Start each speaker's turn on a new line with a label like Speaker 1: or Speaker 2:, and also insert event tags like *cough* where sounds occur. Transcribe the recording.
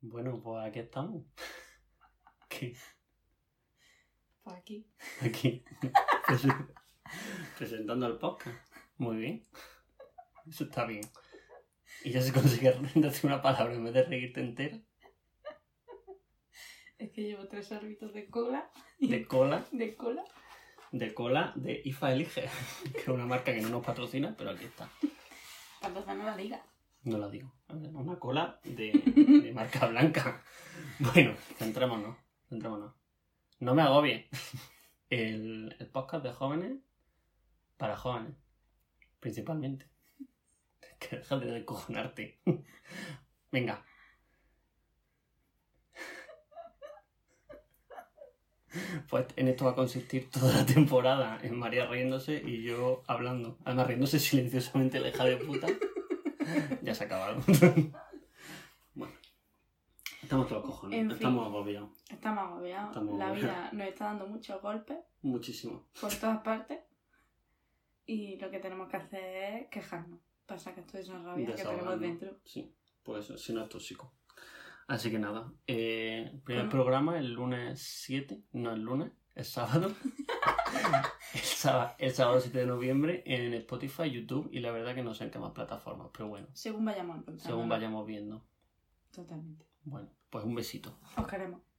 Speaker 1: Bueno, pues aquí estamos. *laughs* ¿Qué?
Speaker 2: Pues aquí.
Speaker 1: Aquí. *laughs* Presentando el podcast. Muy bien. Eso está bien. Y ya se consigue decir una palabra en vez de reírte entera.
Speaker 2: Es que llevo tres sorbitos de cola. y-
Speaker 1: De cola.
Speaker 2: de cola.
Speaker 1: De cola de IFA Elige. *laughs* Que es una marca que no nos patrocina, pero aquí está.
Speaker 2: Patrocina la liga.
Speaker 1: No la digo. Una cola de, de marca blanca. *laughs* Bueno, centrémonos. Centrémonos. No me agobie. *laughs* El, el podcast de jóvenes para jóvenes. Principalmente. *laughs* Es Que deja de descojonarte. *laughs* Venga. *laughs* Pues en esto va a consistir toda la temporada en María riéndose y yo hablando. Además, riéndose silenciosamente la hija de puta. *laughs* Ya se acabaron. *laughs* bueno. Estamos todos cojones.
Speaker 2: En fin.
Speaker 1: estamos agobiados.
Speaker 2: Estamos agobiados.
Speaker 1: Estamos
Speaker 2: la
Speaker 1: agobiados.
Speaker 2: vida nos está dando muchos golpes
Speaker 1: Muchísimo.
Speaker 2: por todas partes. Y lo que tenemos que hacer es quejarnos. Para sacar toda esa rabia que tenemos
Speaker 1: Desahogarnos.
Speaker 2: dentro.
Speaker 1: Sí, pues eso, si no es tóxico. Así que nada, eh, primer
Speaker 2: Bueno.
Speaker 1: programa el lunes 7, no el lunes, el sábado. el, sábado el sábado 7 de noviembre en Spotify, YouTube y la verdad que no sé en qué más plataformas, pero bueno,
Speaker 2: Ah, Según vayamos encontrando.
Speaker 1: según vayamos viendo.
Speaker 2: Totalmente.
Speaker 1: Bueno, pues un besito.
Speaker 2: Os queremos.